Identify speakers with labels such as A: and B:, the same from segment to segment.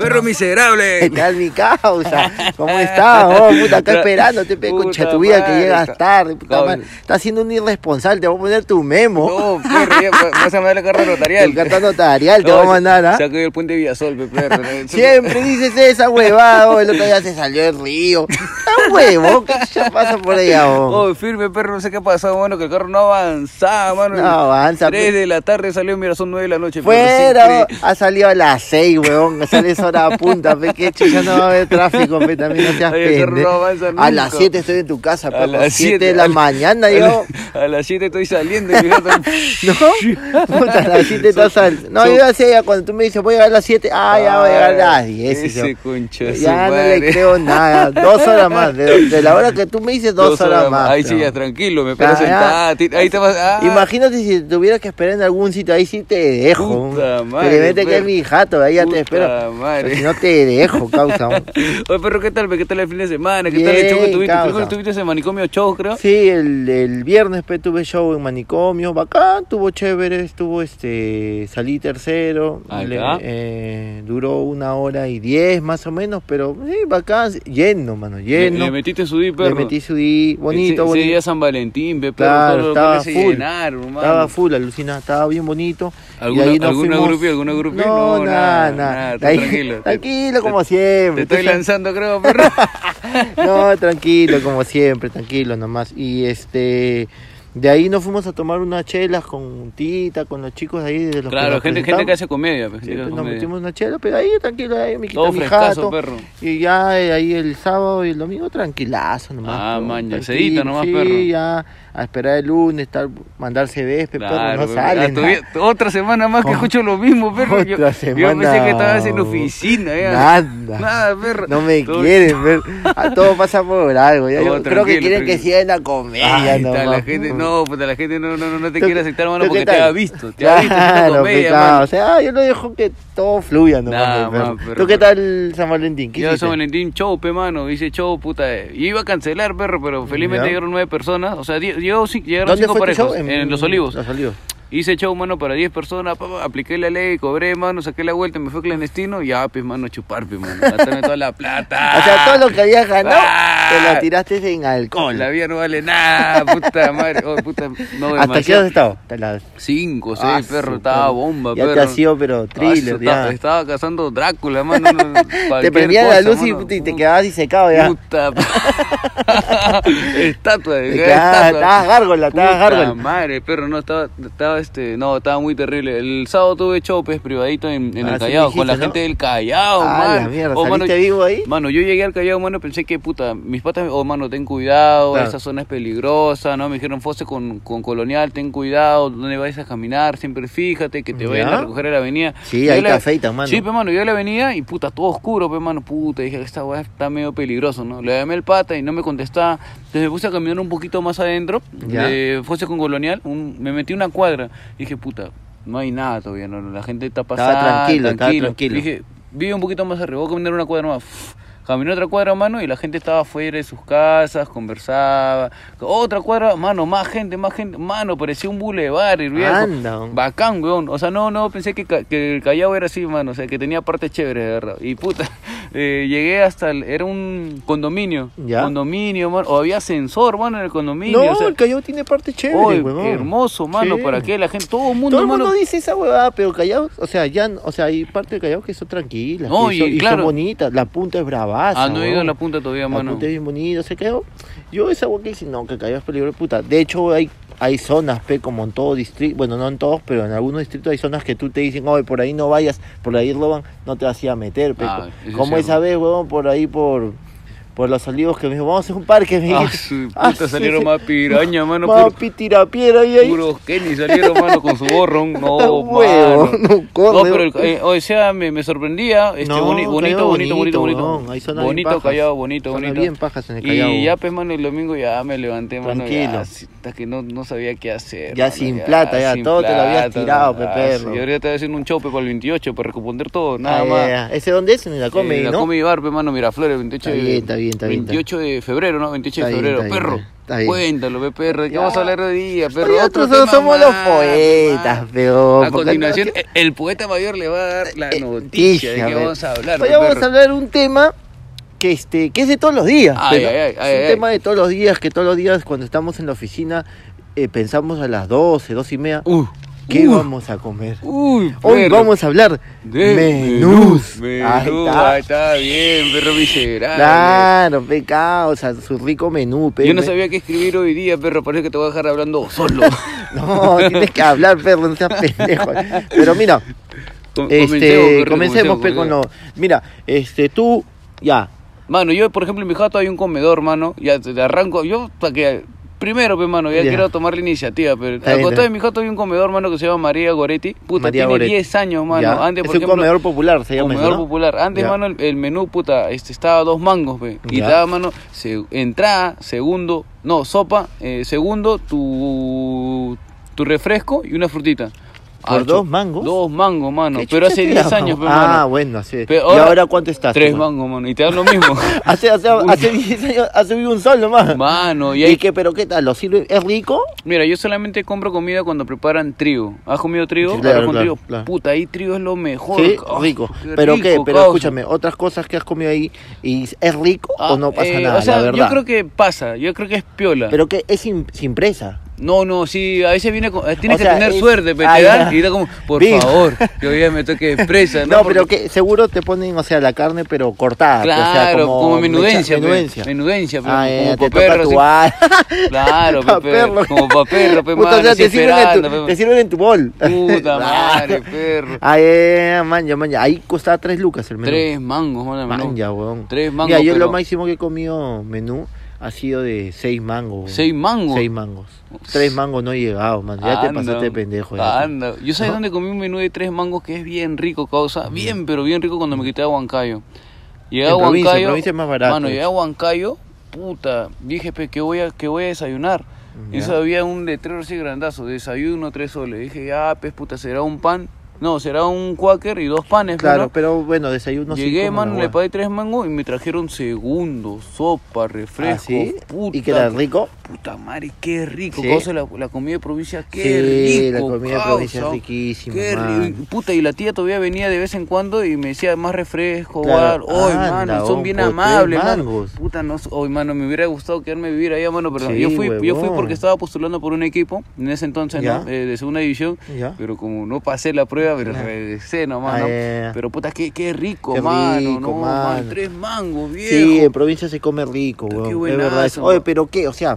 A: negro miserable.
B: Esta es mi causa. ¿Cómo estás? Oh, puta, acá esperándote, pe,
A: Puta
B: concha tu vida, que
A: madre,
B: llegas
A: ca-
B: tarde. Puta
A: Cabrón.
B: madre. Estás siendo un irresponsable, te voy a poner tu memo.
A: No, perro, ya, pues, me- me vas a mandar la carta notarial.
B: El carta notarial te
A: No,
B: voy a mandar, ¿ah?
A: Se ha caído el puente de Villasol, pe, perro.
B: Siempre dices esa huevada, oh, el otro día se salió el río. Está huevo, ¿qué ya pasa por allá, oh?
A: Oh, firme, perro, no sé qué ha pasado, mano, que el carro no avanzaba, mano.
B: No avanza,
A: Tres
B: pe.
A: de la tarde salió, mira, son nueve de la noche. perro, sí,
B: Fuera,
A: cre-
B: ha salido a las seis, huevón. Sale esa hora punta, pe, que chucha no va a haber tráfico, pe, también no seas
A: Ay, el carro
B: pende.
A: no avanza
B: A las
A: nunca.
B: siete estoy en tu casa, pe,
A: A las
B: siete
A: siete
B: de
A: a
B: la
A: la-
B: mañana,
A: a
B: yo.
A: la- A las siete estoy saliendo, y mira, son-
B: ¿No? Puta, a las 7 estás al... No,
A: son-
B: yo hacía ya cuando tú me dices voy a llegar a las 7, ah, ya voy a llegar a las 10. y
A: Ese
B: yo,
A: concha de su
B: ya no le
A: madre.
B: creo nada, dos horas más, de, de la hora que tú me dices dos, horas, más.
A: Ahí sí,
B: pero-
A: ya tranquilo, me
B: Ya,
A: espero
B: ya.
A: sentada. ti- Ahí te vas. Ah,
B: Imagínate si tuvieras que esperar en algún sitio, ahí sí te dejo.
A: Puta madre,
B: Pero vete que es
A: perro.
B: mi jato, ahí ya te
A: Puta
B: espero.
A: madre.
B: Pero Si no te dejo, causa.
A: Oye, perro, ¿qué tal? pe? ¿Qué tal el fin de semana? ¿Qué tal el
B: Bien,
A: show que tuviste?
B: causa.
A: Creo que estuviste en el manicomio show, creo.
B: Sí, el, el viernes pe, tuve show en manicomio, bacán, tuvo chévere, estuvo este, salí tercero,
A: Ahí
B: le-
A: está.
B: eh, duró una hora y diez más o menos, pero sí, bacán, lleno, mano,
A: Le,
B: lleno,
A: le metiste su di,
B: le
A: perro.
B: metí su di, bonito,
A: Ese, ese
B: bonito,
A: día San Valentín, pe, perro.
B: Claro,
A: todo lo
B: estaba
A: que se
B: full.
A: llenaron, mano.
B: estaba full, alucina, estaba bien bonito.
A: ¿Alguna-
B: y ahí nos
A: alguna
B: fuimos...
A: grupi, alguna grupi?
B: No,
A: No, nada,
B: nada, nada,
A: nada, tú
B: Ahí-
A: tranquilo, te-
B: tranquilo como
A: Te
B: siempre,
A: estoy
B: tú sabes.
A: lanzando, creo, perro.
B: No, tranquilo, como siempre, tranquilo nomás. Y este. De ahí nos fuimos a tomar unas chelas con Tita, con los chicos de ahí. De los que
A: claro,
B: nos
A: gente, gente
B: presentamos.
A: que hace comedia, pe,
B: Sí,
A: gente que
B: pues
A: hace
B: nos
A: comedia.
B: metimos una chela, pero ahí tranquilo, ahí me quitó
A: Todo
B: mi
A: frescazo,
B: jato.
A: perro.
B: Y ya eh, ahí el sábado y el domingo tranquilazo nomás.
A: Ah,
B: perro,
A: man, ya,
B: tranquilo,
A: sedita nomás,
B: sí,
A: perro.
B: ya a esperar el lunes, estar, mandarse vespe,
A: Claro,
B: perro, no
A: pe,
B: sale.
A: ah, todavía- otra semana más que
B: Oh,
A: escucho lo mismo, perro. Yo,
B: otra
A: yo pensé
B: semana,
A: que estabas en
B: oh,
A: oficina, ya.
B: nada.
A: Nada, perro.
B: No me
A: Todo-
B: quieren ver. A todo pasa por algo. ya
A: Todo
B: yo creo que
A: tranquilo,
B: quieren que
A: tranquilo.
B: siga en la comedia.
A: Ay, puta, la
B: nomás.
A: gente, no, puta, la gente no, no, no, no te
B: Mm. ¿Tú
A: quiere
B: qué-
A: aceptar, mano,
B: tú qué
A: porque te
B: tal?
A: ha visto. Te ha visto en tu
B: Claro,
A: comedia,
B: pecado.
A: mano.
B: O sea, ah, yo lo dejo que todo fluya nomás.
A: Nah,
B: pues,
A: man,
B: perro.
A: pero-
B: ¿Tú qué tal San Valentín? ¿Qué
A: Yo
B: hiciste?
A: San Valentín show, pe, mano. Hice show, puta. eh. Yo iba a cancelar, perro, pero felizmente
B: Ya.
A: llegaron nueve personas. O sea, die- llegó cin- llegaron
B: ¿Dónde
A: cinco
B: fue tu
A: parejos.
B: show?
A: En, Los Olivos.
B: Los Olivos.
A: Hice show, mano, para 10 personas, pa, pa, apliqué la ley, cobré, mano, saqué la vuelta, me fue clandestino y ya, pues, mano, chupar, pues, mano, gastarme toda la plata.
B: O sea, todo lo que habías ganado,
A: Ah.
B: te lo tiraste en alcohol.
A: La vida no vale nada, puta madre. Oh, puta, no,
B: ¿Hasta qué
A: demasiado.
B: has estado? Hasta las...
A: Cinco, seis,
B: Ah,
A: perro,
B: su-
A: estaba bomba,
B: ya te
A: perro.
B: has ido, pero thriller,
A: Ah, su-
B: ya.
A: Estaba cazando Drácula, mano. no,
B: Te
A: cualquier
B: prendían la
A: cosa,
B: luz y,
A: mano. Mm.
B: y te quedabas disecado ya.
A: Puta. estatua,
B: Te
A: de
B: quedabas- estabas gárgola, estabas gárgola.
A: madre, perro, no, estaba, estaba este, no, estaba muy terrible. El sábado tuve chopes privadito en, en el
B: Ah, sí
A: Callao,
B: dijiste,
A: con la
B: ¿no?
A: gente del Callao,
B: Ah,
A: mano. Oh,
B: la mierda,
A: mano,
B: ¿saliste vivo ahí?
A: Mano, yo llegué al Callao, mano, pensé que, puta, mis patas, oh, mano, ten cuidado,
B: Claro.
A: esa zona es peligrosa, ¿no? Me dijeron, Fose con, con Colonial, ten cuidado, dónde vayas a caminar, siempre fíjate que te
B: Ya.
A: vayan a recoger a la avenida.
B: Sí,
A: Yo
B: ahí
A: la-
B: te afeitan, mano.
A: Sí, pe, mano, yo la venía y puta, todo oscuro, pe, mano, puta, dije, esta weá está medio peligroso, ¿no? Le llamé el pata y no me contestaba. Entonces me puse a caminar un poquito más adentro,
B: Ya.
A: de Fosse con Colonial, un- me metí una cuadra. Dije, puta, no hay nada todavía, ¿no? la gente está pasada.
B: tranquilo, estaba tranquilo.
A: Dije, vive un poquito más arriba, voy a caminar una cuadra más. Caminé otra cuadra, mano, y la gente estaba afuera de sus casas, conversaba. Otra cuadra, mano, más gente, más gente. Mano, parecía un bulevar, el viejo.
B: Anda.
A: Bacán, weón. O sea, no, no, pensé que, ca- que el Callao era así, mano. O sea, que tenía partes chéveres, de verdad. Y puta, eh, llegué hasta. el- era un condominio.
B: Ya.
A: Condominio, mano. O había sensor, mano, en el condominio.
B: No,
A: o sea,
B: el Callao tiene parte chévere,
A: oy,
B: huevón.
A: hermoso, mano.
B: Sí.
A: ¿Para qué? La gente, todo el mundo,
B: Todo el mundo
A: mano.
B: dice esa huevada, pero Callao, o sea, ya, o sea, hay parte de Callao que son tranquilas,
A: No,
B: que
A: y
B: son, y son
A: claro.
B: bonitas, la punta es bravaza.
A: ah, no he ido a
B: huevón.
A: la punta todavía,
B: La
A: mano.
B: punta es bien bonita, o sea, Callao, yo esa hueá que dice, no, que Callao es peligro puta. De hecho, hay, hay zonas, pe, como en todo distrito, bueno, no en todos, pero en algunos distritos hay zonas que tú te dicen, oye, por ahí no vayas, por ahí roban, no te vas a ir a meter, pe.
A: Ah, eso es
B: como
A: cierto.
B: esa vez, huevón, por ahí, por... Por los olivos que me dijo, vamos a hacer un parque, me
A: Ah,
B: dijiste.
A: su
B: Ah,
A: puta,
B: sí,
A: salieron
B: sí.
A: más piraña, mano. puro-
B: Papi, tira piedra ahí, ahí.
A: Puros Kenny salieron, mano, con su gorro. No,
B: Huevo,
A: mano.
B: no corre.
A: No, pero, el- eh, o sea, me, me sorprendía. Este,
B: No,
A: boni-
B: Callao
A: bonito, bonito, bonito, bonito.
B: weón, ahí son
A: bonito,
B: bien pajas.
A: callado, bonito,
B: Son
A: bonito.
B: bien pajas en el Callao.
A: Y ya, pues, mano, el domingo ya me levanté, mano.
B: Tranquilo.
A: Ya, así, hasta que no, no sabía qué hacer.
B: Ya
A: mano,
B: sin plata, ya,
A: sin
B: todo te lo habías
A: plata,
B: tirado,
A: ah,
B: pe,
A: sí,
B: perro.
A: Y ahorita te voy haciendo un chope para el 28 para recomponer todo, nada
B: Ah, ya,
A: más.
B: ya. ¿Ese dónde es? En la Comedy,
A: Eh, la
B: ¿no?
A: Comedy Bar, pe, mano, Miraflores, 28
B: Está
A: de-
B: bien, está bien, bien, está bien. está bien.
A: 28 de febrero, ¿no? 28 de
B: Está bien,
A: febrero,
B: está bien,
A: perro.
B: está bien.
A: Cuéntalo, ve, perro. ¿Qué
B: Ya.
A: vamos a hablar hoy día, perro? Otro
B: Nosotros
A: tema
B: somos los
A: más,
B: poetas,
A: más.
B: pero...
A: A continuación, el- el poeta mayor le va a dar la
B: Eh,
A: noticia de
B: tío,
A: qué
B: ver.
A: vamos a hablar.
B: Hoy
A: pe,
B: vamos
A: perro.
B: a hablar un tema que este que es de todos los días.
A: Ay,
B: pero
A: ay, ay,
B: es
A: ay,
B: un
A: ay.
B: tema de todos los días que todos los días cuando estamos en la oficina eh, pensamos a las 12, 12 y media.
A: Uh,
B: ¿Qué
A: uh,
B: vamos a comer?
A: Uy,
B: Hoy
A: perro.
B: vamos a hablar
A: De
B: de menús. Ahí
A: Menús,
B: está.
A: ahí está bien, perro miserable.
B: Claro, pecado, o sea, su rico menú, pe,
A: Yo no
B: me-
A: sabía qué escribir hoy día, perro. Parece que te voy a dejar hablando solo.
B: No, tienes que hablar, perro, no seas pendejo. Pero mira,
A: Com-
B: este,
A: perro,
B: comencemos, pe, con
A: comencemos.
B: lo. Mira, este, tú, ya,
A: Mano, yo, por ejemplo, en mi jato hay un comedor, mano. Ya te te arranco. Yo, para que. Primero, pe, mano, ya,
B: Ya.
A: quiero tomar la iniciativa. Pero
B: Está
A: al
B: bien,
A: costado
B: está
A: de mi jato hay un comedor, mano, que se llama María Goretti. Puta,
B: María
A: tiene
B: Goretti.
A: 10 años, mano.
B: ya.
A: Antes,
B: es
A: por
B: un
A: ejemplo,
B: comedor popular, se llama. eso,
A: comedor
B: ¿no?
A: popular. Antes,
B: Ya.
A: mano, el, el menú, puta, este, estaba a dos mangos, pe. Y
B: Ya.
A: te daba, mano, se- entrada, segundo, no, sopa, eh, segundo, tu, tu refresco y una frutita.
B: ¿Por
A: Ah,
B: dos
A: chu-
B: mangos?
A: Dos mangos, mano.
B: ¿Qué
A: Pero
B: chucha
A: hace
B: te
A: 10
B: llaman?
A: años, pe,
B: Ah,
A: mano.
B: bueno, sí.
A: Pero
B: ¿Y
A: ahora-
B: ahora cuánto estás?
A: Tres
B: mano?
A: mangos, mano. Y te dan lo mismo.
B: Hace, hace, hace 10 años has subido un solo, más.
A: mano, y
B: ¿Y,
A: hay
B: qué, pero qué tal? ¿Lo sirve? ¿Es rico?
A: Mira, yo solamente compro comida cuando preparan trigo. ¿Has comido trigo?
B: Sí, claro,
A: Arroz con
B: claro,
A: trigo.
B: claro.
A: Puta, ahí trigo es lo mejor.
B: sí,
A: Oh,
B: rico. ¿Pero qué?
A: rico,
B: Pero
A: causa.
B: escúchame, otras cosas que has comido ahí, y ¿es rico
A: Ah,
B: o no pasa
A: eh,
B: nada?
A: O sea,
B: la verdad.
A: yo creo que pasa. Yo creo que es piola.
B: Pero que es sin, sin presa.
A: No, no, sí, a veces viene con- eh, tienes
B: O
A: que
B: sea,
A: tener
B: es-
A: suerte, pero
B: Ah,
A: te dan
B: ya.
A: y da como, por
B: Bien.
A: favor, que hoy día me toque presa.
B: No, pero
A: Porque-
B: que seguro te ponen, o sea, la carne, pero cortada. pues, o sea,
A: Claro, como, menudencia,
B: mecha-
A: pe,
B: menudencia.
A: menudencia, pe,
B: Ah, ya,
A: como
B: te
A: pa' perro,
B: toca tu
A: así.
B: ala.
A: Claro, pues,
B: Pa'
A: pe, perro. como pa' perro, pe,
B: Puta, o
A: mano,
B: sea,
A: así
B: te sirven, en
A: esperando,
B: tu,
A: pe.
B: te sirven en tu bol.
A: Puta
B: Ah.
A: madre, perro.
B: Ay, eh, manja, manja. Ahí costaba tres lucas el menú.
A: Tres mangos, mano, menú.
B: Manja, weón.
A: Tres mangos,
B: Mira, yo
A: pero-
B: lo máximo que he comido menú ha sido de seis mangos. weón.
A: ¿Seis mangos?
B: Seis mangos. Tres mangos no he llegado, man. Ya te
A: Anda,
B: pasaste pendejo. ya.
A: Anda. Yo sabes dónde comí un menú de tres mangos que es bien rico, causa. Bien, pero bien rico cuando me quité a Huancayo. Llegué
B: En
A: a
B: provincia, en
A: Huancayo.
B: provincia es más barato.
A: Mano, llegué a Huancayo, puta. Dije, pe, que voy a, que voy a desayunar. Y
B: Ya.
A: eso había un letrero así grandazo, desayuno tres soles. Dije, ya, pues puta, será un pan. No, será un cuáquer y dos panes, pe,
B: Claro,
A: ¿no?
B: pero bueno, desayuno sí
A: Llegué,
B: como
A: mano,
B: la
A: le
B: hueá.
A: pagué tres mangos y me trajeron segundo, sopa, refresco,
B: ¿Ah, sí?
A: puta.
B: ¿Y que era rico?
A: Puta madre, qué rico.
B: Sí.
A: causa, la, la comida de provincia, qué
B: Sí,
A: rico.
B: la comida de
A: causa.
B: provincia es riquísima,
A: Qué
B: mano.
A: rico. Puta, y la tía todavía venía de vez en cuando y me decía más refresco,
B: Claro.
A: bar. Oy,
B: Anda,
A: mano, son
B: un
A: bien
B: pote de
A: amables, mano.
B: mangos.
A: Puta, no, s- oy, mano, me hubiera gustado quedarme a vivir allá, mano, pero no.
B: Sí,
A: yo fui, yo fui
B: huevón.
A: porque estaba postulando por un equipo en ese entonces,
B: Ya.
A: ¿no? Eh, de segunda división.
B: Ya.
A: Pero como no pasé la prueba, pero regresé nomás,
B: Ah,
A: ¿no?
B: ya, ya.
A: Pero puta, qué, qué rico,
B: Qué
A: mano.
B: rico,
A: no,
B: mano.
A: tres mangos, viejo.
B: Sí, en provincia se come rico,
A: Puta,
B: weón.
A: qué
B: es verdad eso.
A: buenazo.
B: Oye, pero qué, o sea,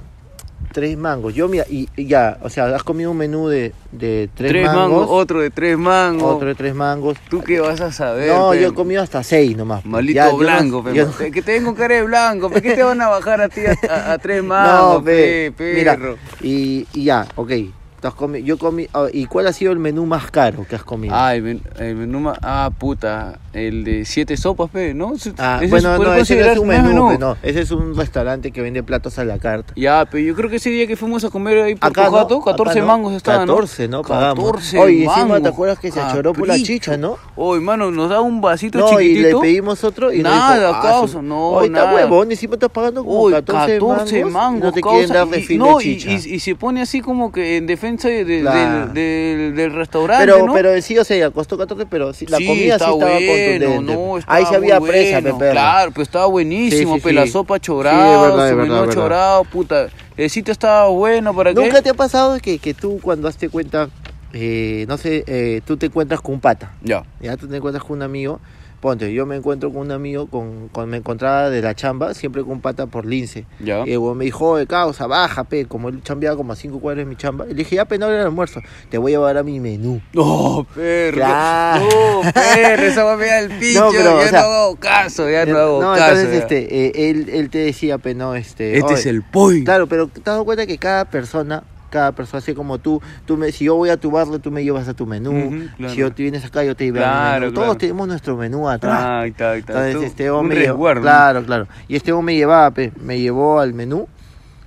B: tres mangos. Yo, mira, y, y ya, o sea, has comido un menú de, de tres,
A: tres, mangos,
B: mangos,
A: otro de tres mangos.
B: otro de tres mangos.
A: ¿Tú qué vas a saber?
B: no,
A: pe?
B: yo he comido hasta seis nomás. pues.
A: Malito
B: Ya, yo no-
A: blanco, pe,
B: yo
A: ma- Que te vengo cara de blanco, ¿por qué te van a bajar a ti a, a- a tres mangos,
B: No, pe,
A: pe,
B: mira,
A: perro?
B: y, y ya, ok. tú has comi- yo comí, ah, ¿Y cuál ha sido el menú más caro que has comido?
A: Ah, el, men- el menú ma- Ah, puta. El de siete sopas, pe, ¿no? Se-
B: Ah,
A: ese
B: bueno,
A: se
B: no,
A: puede
B: ese no
A: considerar
B: es un
A: más
B: menú, pe, no. Ese es un restaurante que vende platos a la carta.
A: Ya, pero yo creo que ese día que fuimos a comer ahí por
B: Acá,
A: tu
B: no,
A: jato,
B: acá
A: 14
B: no.
A: mangos estaban, ¿no?
B: 14, ¿no? Pagamos.
A: 14
B: Oye,
A: mangos.
B: encima, ¿te acuerdas que se achoró por la
A: Capricho.
B: chicha, no?
A: Oye, mano, nos da un vasito
B: No, y
A: chiquitito.
B: le pedimos otro y nos
A: Nada,
B: dijo, ah,
A: causa,
B: su-
A: no,
B: Hoy
A: nada.
B: está huevón, encima estás pagando como
A: Uy,
B: 14, mangos, y no te
A: causa,
B: quieren dar
A: y-
B: refil
A: no,
B: de
A: y-
B: chicha.
A: Y, y se pone así como que en defensa de- de-
B: Claro.
A: del, del- del restaurante,
B: pero,
A: ¿no?
B: pero sí, o sea, costó 14, pero sí, la
A: Sí,
B: comida sí
A: está
B: estaba
A: bueno,
B: contundente.
A: no, estaba
B: Ahí se había
A: muy
B: presa,
A: bueno,
B: pe, perro.
A: Claro, pero estaba buenísimo,
B: Sí, sí,
A: pe, la
B: sí.
A: sopa
B: Sí,
A: chorada,
B: es verdad,
A: su
B: es verdad,
A: menú
B: es verdad.
A: chorado, puta. El sitio estaba bueno, ¿para qué?
B: ¿Nunca te ha pasado que, que tú cuando hazte cuenta, eh, no sé, eh, tú te encuentras con un pata?
A: Ya.
B: Ya tú te encuentras con un amigo. Ponte, yo me encuentro con un amigo, con, con- me encontraba de la chamba, siempre con un pata por lince.
A: Ya.
B: Y el huevón Eh, me dijo, oye, causa, baja, pe. Como él chambeaba como a cinco cuadras de mi chamba. Y le dije, ya, pe, no era el almuerzo. Te voy a llevar a mi menú.
A: No, perro.
B: Claro.
A: No, perro, esa va a pegar al pincho.
B: pero,
A: ya
B: o sea,
A: no hago caso, ya no
B: Eh,
A: hago
B: no,
A: caso.
B: entonces,
A: ya.
B: este, eh, él, él te decía, pe, no, este...
A: Este
B: oye,
A: es el point.
B: Claro, pero te has dado cuenta que cada persona, cada persona, así como tú, tú me, si yo voy a tu barrio, tú me llevas a tu menú.
A: Ujú, claro.
B: Si yo te vienes acá, yo te llevo a mi
A: Claro,
B: menú.
A: claro.
B: Todos tenemos nuestro menú atrás.
A: Ah, ahí está, ahí está.
B: Entonces
A: Tú,
B: este
A: un
B: hombre
A: resguardo.
B: claro, claro. Y este hombre me llevaba, pe, me llevó al menú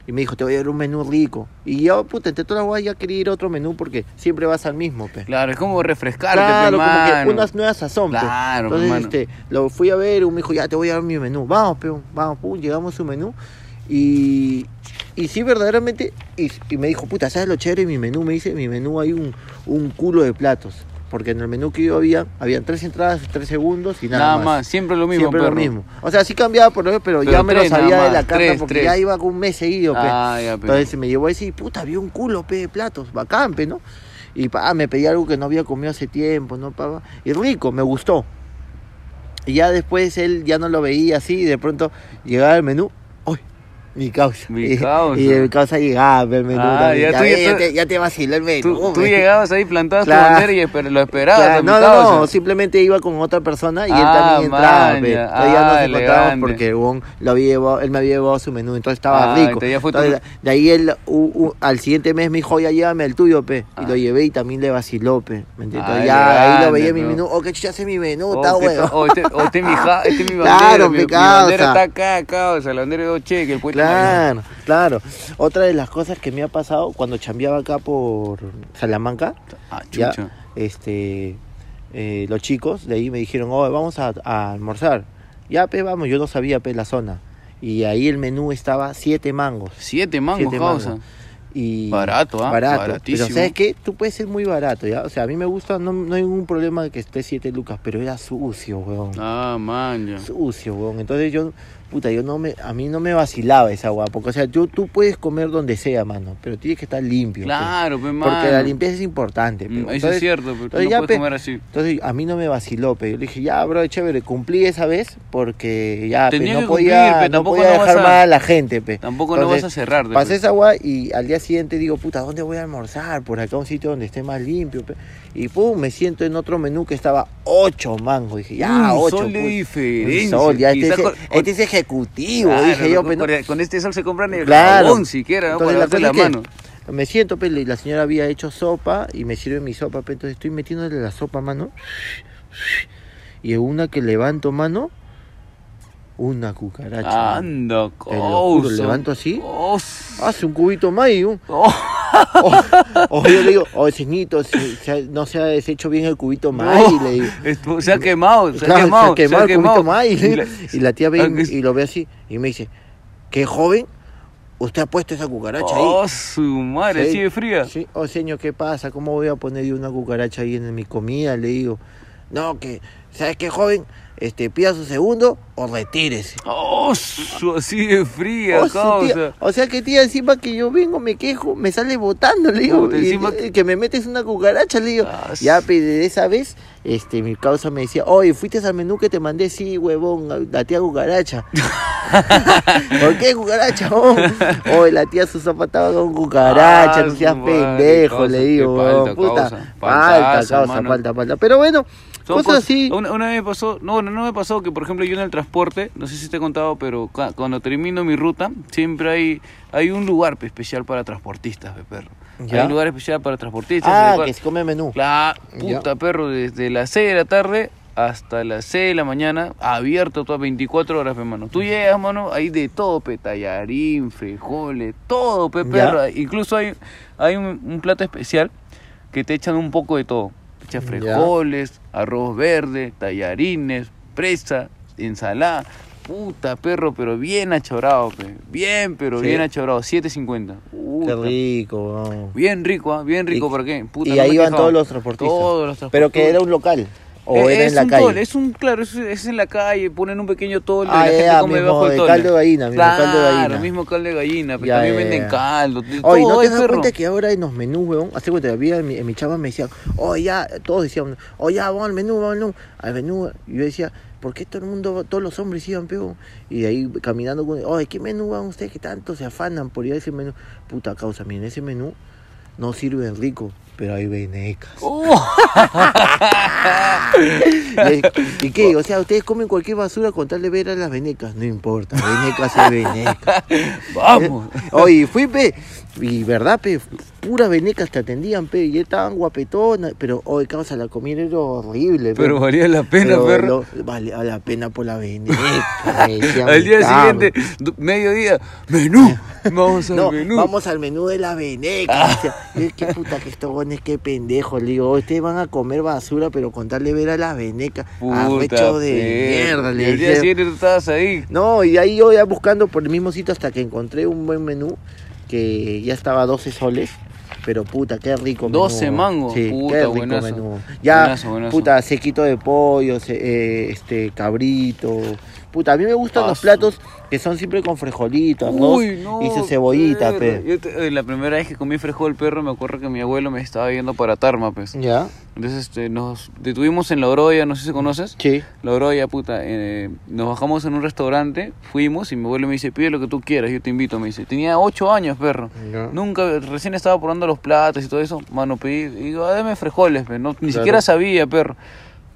B: Y me dijo, te voy a dar un menú rico. Y yo, puta, entre todas las guayas ya quería ir a otro menú porque siempre vas al mismo, pe.
A: Claro, es como refrescarte,
B: Claro,
A: pe,
B: como
A: mano.
B: que unas nuevas sazón, pe.
A: Claro, pe,
B: Entonces,
A: mano.
B: este, lo fui a ver, un me dijo, ya te voy a dar mi menú. Vamos, pe, vamos, pum, llegamos a su menú. Y, y sí, verdaderamente, y, y me dijo, puta, ¿sabes lo chévere de mi menú? Me dice, en mi menú hay un, un culo de platos. Porque en el menú que yo había, habían tres entradas, tres segundos y nada,
A: Nada más. siempre lo mismo,
B: Siempre
A: perro.
B: lo mismo. O sea, sí cambiaba por lo pero,
A: Pero
B: ya me lo
A: tres nada
B: sabía de la
A: más,
B: carta
A: tres,
B: porque
A: tres.
B: ya iba con un mes seguido, pe.
A: Ah, ya, pe.
B: pues, Entonces me llevó así, puta, había un culo, pe, de platos, bacán, pe, ¿no? Y pa, me pedí algo que no había comido hace tiempo, ¿no? Pa, pa. y rico, me gustó. Y ya después él ya no lo veía así y de pronto llegaba el menú, ¡ay! Mi causa.
A: Mi
B: y,
A: causa.
B: y el causa llegaba, pe, el menú.
A: Ah, ya
B: también. ya,
A: tú-
B: ve,
A: ya
B: ya
A: tú-
B: te, ya te vaciló el menú.
A: Tú, tú
B: pe.
A: llegabas ahí, plantabas
B: Claro.
A: tu bandera y esper- lo esperabas.
B: Claro,
A: a mi
B: no, no, no,
A: causa.
B: simplemente iba con otra persona y él
A: Ah,
B: también entraba.
A: maña.
B: pe. Entonces ya nos
A: Ah,
B: encontrábamos
A: elegante.
B: porque el huevón lo había llevado- él me había llevado su menú, entonces estaba
A: Ah,
B: rico.
A: entonces ya fue tu-
B: Entonces, De ahí él, u- u- al siguiente mes me dijo, ya llévame el tuyo, pe. Y lo llevé y también le vaciló, pe. ¿Me entiendes?
A: Ah,
B: Entonces ya ahí lo
A: elegante,
B: veía en mi
A: pe.
B: menú, oh, que chucha hace mi menú,
A: Oh,
B: está
A: que-
B: huevo.
A: oh, este, oh, este es mi, ja- este es mi bandera.
B: Claro,
A: mi,
B: pe,
A: mi bandera
B: causa.
A: está acá, causa. La bandera de dos cheques. El puente
B: Claro, claro. Otra de las cosas que me ha pasado cuando chambeaba acá por Salamanca,
A: Ah,
B: ya,
A: chucha.
B: este, eh, los chicos de ahí me dijeron, oh, vamos a, a almorzar. Ya, pe, vamos, yo no sabía, pe, la zona. Y ahí el menú estaba siete mangos.
A: Siete mangos,
B: Siete
A: causa.
B: mangos. Y
A: Barato, ¿ah?
B: Barato.
A: Baratísimo.
B: Pero ¿sabes qué? Tú puedes ser muy barato, ¿ya? O sea, a mí me gusta, no, no hay ningún problema de que esté siete lucas, pero era sucio, weón
A: Ah, man, ya.
B: sucio, weón. Entonces yo, puta, yo no me, a mí no me vacilaba esa agua, porque o sea, yo, tú puedes comer donde sea, mano, pero tienes que estar limpio. pe.
A: Claro, pe, mano.
B: Porque la limpieza es importante. pe.
A: Mm, Eso
B: Entonces-
A: es cierto, pero tú
B: entonces
A: no
B: ya,
A: puedes
B: pe,
A: comer así.
B: Entonces a mí no me vaciló, pero yo le dije, ya, bro, chévere, cumplí esa vez porque ya, pe,
A: Tenía
B: no
A: que
B: podía,
A: cumplir, pe,
B: no
A: tampoco
B: podía
A: no vas
B: dejar
A: a-
B: mal a la gente, pe.
A: Tampoco no vas a cerrarte, pe.
B: Pasé esa agua y al día siguiente digo, puta, ¿dónde voy a almorzar? Por acá un sitio donde esté más limpio, pe. Y pum, me siento en otro menú que estaba ocho mangos. Dije, ya,
A: Un
B: ocho.
A: sol de
B: puta.
A: diferencia.
B: Un sol, ya, este,
A: Quizá
B: es,
A: con-
B: este es ejecutivo,
A: Claro,
B: dije yo,
A: con,
B: pe, ¿no?
A: con- con este sol se compra ni el
B: Claro.
A: jabón siquiera, ¿no?
B: Entonces,
A: Para darte
B: cosa
A: la
B: es que
A: mano.
B: Me siento, pe, y la señora había hecho sopa y me sirve mi sopa, pe, entonces estoy metiéndole la sopa, mano. Y en una que levanto, mano, una
A: Ah,
B: cucaracha. mano.
A: Anda,
B: Te lo juro,
A: causa.
B: levanto así.
A: Causa.
B: Hace un cubito más y un...
A: Oh.
B: O, o yo le digo, oye, señito, se- se ha- no se ha deshecho bien el cubito más y le digo...
A: Esto- Oh. se ha quemado, se
B: Claro,
A: ha quemado,
B: se ha quemado el cubito más, y,
A: Y la-
B: y la tía ve
A: Ah, que es-
B: y, y lo ve así y me dice, qué joven, usted ha puesto esa cucaracha
A: Oh,
B: ahí.
A: su madre,
B: Sí.
A: sigue fría.
B: Sí, oh señor, ¿qué pasa? ¿Cómo voy a poner yo una cucaracha ahí en mi comida? Le digo, no, que, ¿sabes qué joven? Este, pida su segundo o retírese.
A: Oh, su, así de fría,
B: Oh, su tía-
A: causa.
B: o sea que tía, encima que yo vengo, me quejo, me sale botando, le digo,
A: Puta,
B: y-
A: encima
B: y-
A: que-
B: que me metes una cucaracha, le digo.
A: Ah,
B: ya, pe, de esa vez, este, mi causa me decía, oye, fuiste al menú que te mandé, sí, huevón, la tía cucaracha. ¿Por qué cucaracha? Oh, Oye, la tía su zapataba con cucaracha,
A: Ah,
B: no seas
A: su madre,
B: pendejo,
A: causa,
B: le digo,
A: qué falta,
B: huevón, puta.
A: causa.
B: Falta,
A: Faltaza,
B: causa,
A: mano.
B: falta, falta. Pero bueno,
A: Son
B: cosas
A: cosas-
B: así.
A: Una, una vez me pasó, no, no, no me pasó que, por ejemplo, yo en el transporte, no sé si te he contado, pero ca- cuando termino mi ruta, siempre hay, hay un lugar pe, especial para transportistas, pe, perro.
B: Ya.
A: Hay un lugar especial para transportistas. en el
B: Ah,
A: cual-
B: que se come menú.
A: La
B: Ya.
A: puta perro, desde las 6 de la tarde hasta las 6 de la mañana, abierto todas 24 horas, pe, mano. Tú llegas, mano, hay de todo, pe, tallarín, frijoles, todo, pe,
B: Ya.
A: perro. Incluso hay, hay un, un plato especial que te echan un poco de todo. Te echan
B: Ya.
A: frijoles, arroz verde, tallarines, presa, ensalada. Puta perro, pero bien achorado, pe. Bien, pero
B: Sí.
A: bien achorado. 7.50.
B: Qué
A: Puta,
B: rico, huevón.
A: Bien rico, ¿ah? bien rico,
B: Y-
A: ¿para qué? Puta,
B: y
A: no me
B: ahí
A: he
B: van
A: quejado.
B: todos los transportistas.
A: Todos los
B: Pero que era
A: transportistas.
B: un local o
A: Eh,
B: era
A: es
B: en la
A: un
B: calle.
A: tol, es un, claro, es, es en la calle, ponen un pequeño tol,
B: Ah,
A: y la gente
B: ya,
A: come
B: mismo
A: debajo del
B: de
A: tol.
B: caldo de gallina, mismo
A: claro,
B: caldo de gallina.
A: mismo caldo de gallina, pero
B: Ya,
A: pues, también
B: ya, ya.
A: venden caldo, de
B: Oye, ¿no
A: todo,
B: te
A: eh,
B: das
A: perro.
B: cuenta que ahora en los menús, weón? Hace cuenta, había en mi, en mi chava me decían, oh ya, todos decían, oh ya, vamos al menú, vamos al menú, al menú. Y yo decía, ¿por qué todo el mundo, todos los hombres iban, pego? Y de ahí caminando con, oye, ¿qué menú van ustedes que tanto se afanan por ir a ese menú? Puta causa, miren, ese menú no sirven rico, pero hay venecas.
A: Oh.
B: ¿Y qué? O sea, ustedes comen cualquier basura con tal de ver a las venecas. No importa, venecas es venecas.
A: Vamos.
B: Eh, Oye, fui, pe. Y verdad, pe, puras venecas te atendían, pe, y estaban guapetonas, pero hoy causa la comida era horrible, pe.
A: Pero valía la pena,
B: Pero
A: perro.
B: lo- vale a la pena por la veneca. decía
A: Al
B: mi
A: día
B: cama.
A: siguiente, du- mediodía, menú. Vamos al
B: No,
A: menú. Ah.
B: vamos al menú de la veneca. decía. Es que puta que estos gones, qué pendejos. Le digo, "Oh, ustedes van a comer basura, pero con tal de ver a las venecas.
A: Puta
B: arrecho de
A: perro.
B: mierda,
A: Y
B: le
A: al día
B: decía.
A: siguiente tú estabas ahí.
B: No, y ahí yo ya buscando por el mismo sitio hasta que encontré un buen menú que ya estaba a 12 soles. Pero puta, qué rico menú.
A: 12 mango,
B: Sí,
A: puta,
B: qué rico
A: buenazo.
B: menú. Ya,
A: Buenazo, buenazo.
B: puta, sequito de pollo, se- eh, este, cabrito. Puta, a mí me gustan
A: Ah,
B: los
A: su-
B: platos que son siempre con frijolitos,
A: Uy, no.
B: y su cebollita,
A: perro.
B: pe.
A: Yo te- eh, la primera vez que comí frijol, perro, me acuerdo que mi abuelo me estaba yendo para Tarma, pues.
B: Ya,
A: Entonces este, nos detuvimos en La Oroya, no sé si conoces.
B: sí.
A: La Oroya, puta. eh, nos bajamos en un restaurante, fuimos y mi abuelo me dice, pide lo que tú quieras, yo te invito, me dice. Tenía 8 años, perro.
B: Ya.
A: Nunca, recién estaba probando los platos y todo eso. Mano, pedí, y digo, "Ah, deme frijoles, pe". No, ni
B: Claro.
A: siquiera sabía, perro.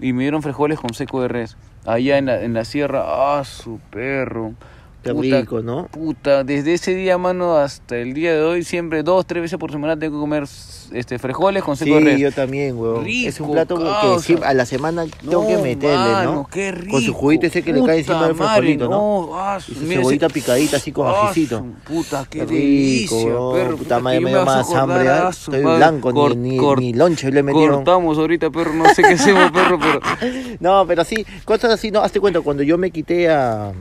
A: Y me dieron frijoles con seco de res. Allá en la, en la sierra, ah, su perro.
B: Qué
A: Puta,
B: rico, ¿no?
A: Puta, desde ese día, mano, hasta el día de hoy, siempre dos, tres veces por semana tengo que comer este, frijoles con seco de
B: Sí,
A: res.
B: yo también, weón. es
A: Rico,
B: un plato
A: causa.
B: que siempre- a la semana tengo que
A: No,
B: meterle, ¿no?
A: mano, qué rico.
B: Con su juguito ese que le cae encima del
A: Puta
B: frijolito, ¿no?
A: madre, no, ah, su-
B: Y su
A: mira ese-
B: cebollita picadita así con
A: Ah,
B: ajicito.
A: su Puta, qué
B: Rico,
A: delicia,
B: bro.
A: perro.
B: Puta madre,
A: que yo
B: me dio
A: vas a
B: más
A: acordar,
B: hambre, ¿ah?
A: ah, su
B: Estoy
A: madre.
B: blanco, ni-
A: Cor-
B: ni-
A: cor-
B: ni lonche le metieron.
A: Cortamos ahorita, perro, no sé qué hacemos, perro, pero...
B: No, pero sí, cosas así, no, hazte cuenta, cuando yo me quité a,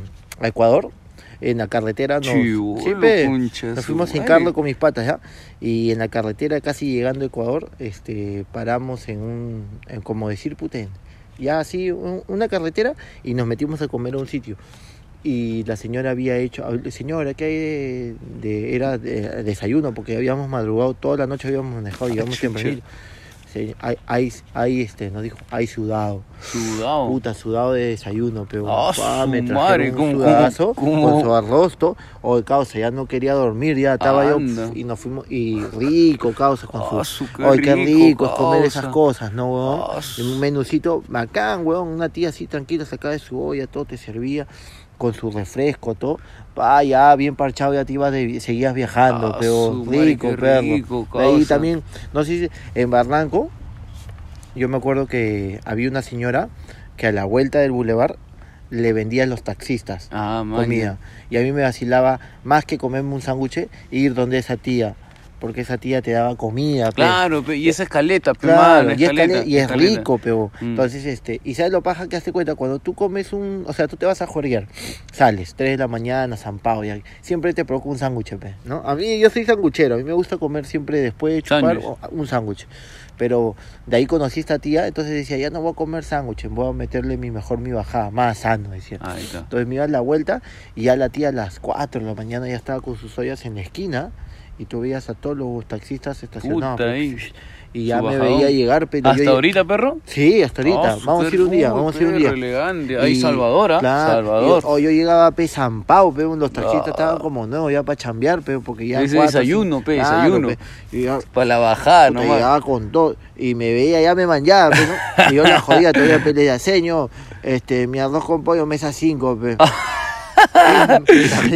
B: a Ecuador, en la carretera nos,
A: Chibolo,
B: sí, pe,
A: concha
B: nos
A: su
B: fuimos en
A: madre.
B: carro con mis patas, ¿ya? Y en la carretera, casi llegando a Ecuador, este, paramos en un, en como decir, puten, ya así, un- una carretera, y nos metimos a comer a un sitio. Y la señora había hecho, hab- señora, ¿qué hay de, de- era de- desayuno? Porque habíamos madrugado, toda la noche habíamos manejado, llegamos
A: Ah, chucha.
B: tempranito. Sí, Hay, hay, hay, este, nos dijo, hay sudado.
A: Sudado.
B: Puta, sudado de desayuno, pero
A: Ah, su
B: me
A: madre,
B: trajeron
A: ¿cómo-
B: un sudadazo
A: cómo- cómo?
B: con su arroz, to- o causa, ya no quería dormir, ya estaba yo,
A: Anda.
B: pf, y nos fuimos, y rico, causa, con
A: Ah,
B: su,
A: su, qué
B: ay, qué
A: rico,
B: rico es comer esas
A: causa.
B: cosas, ¿no, weón?
A: Ah, su-
B: un menucito bacán, weón, una tía así tranquila, sacaba de su olla, todo te servía, con su refresco, todo, pa, ya, bien parchado, ya te ibas, de- seguías viajando,
A: Ah,
B: pero
A: su madre,
B: rico,
A: qué
B: perro.
A: rico,
B: De ahí
A: causa.
B: también, no sé si, en Barranco, yo me acuerdo que había una señora que a la vuelta del bulevar le vendía a los taxistas
A: Ah, man.
B: comida. Y a mí me vacilaba más que comerme un sándwich, e ir donde esa tía. Porque esa tía te daba comida. pues. pe.
A: Claro, pe, y esa escaleta, pe,
B: Claro,
A: mano,
B: y es,
A: escaleta,
B: cale- y es
A: escaleta.
B: rico, pero
A: Mm.
B: entonces este, y sabes lo paja que hace cuenta, cuando tú comes un, o sea, tú te vas a jorgear, sales, 3 de la mañana, zampado, y siempre te provoca un sándwich, pe, ¿no? A mí yo soy sanguchero, a mí me gusta comer siempre después de chupar
A: Sándwich.
B: o- un sándwich. Pero de ahí conocí a esta tía, entonces decía, ya no voy a comer sándwiches, voy a meterle mi mejor mi bajada, más sano, decía.
A: Ahí está.
B: Entonces me iba a la vuelta y ya la tía a las 4 de la mañana ya estaba con sus ollas en la esquina y tú veías a todos los taxistas estacionados.
A: Puta,
B: pe.
A: ahí.
B: Y ya
A: Su
B: me
A: bajadón.
B: veía llegar, pero
A: ¿Hasta
B: yo...
A: ahorita, perro?
B: Sí, hasta ahorita.
A: Ah, su
B: vamos a ir un día,
A: perro,
B: vamos a ir un
A: perro,
B: día.
A: elegante. Ahí,
B: Y-
A: Salvador, ¿ah?
B: claro,
A: Salvador.
B: y- o yo llegaba a pe Zampao, pe, los taxistas
A: Ah.
B: estaban como nuevos ya para chambear, pe, porque ya...
A: Ese desayuno, pe,
B: Claro,
A: desayuno.
B: pe. Y ya-
A: Para la bajada,
B: Puta,
A: nomás.
B: llegaba con todo y me veía, ya me manchaba, pues, ¿no? Y yo la jodía, todavía pelea, seño, este, mi arroz con pollo, mesa 5, pe.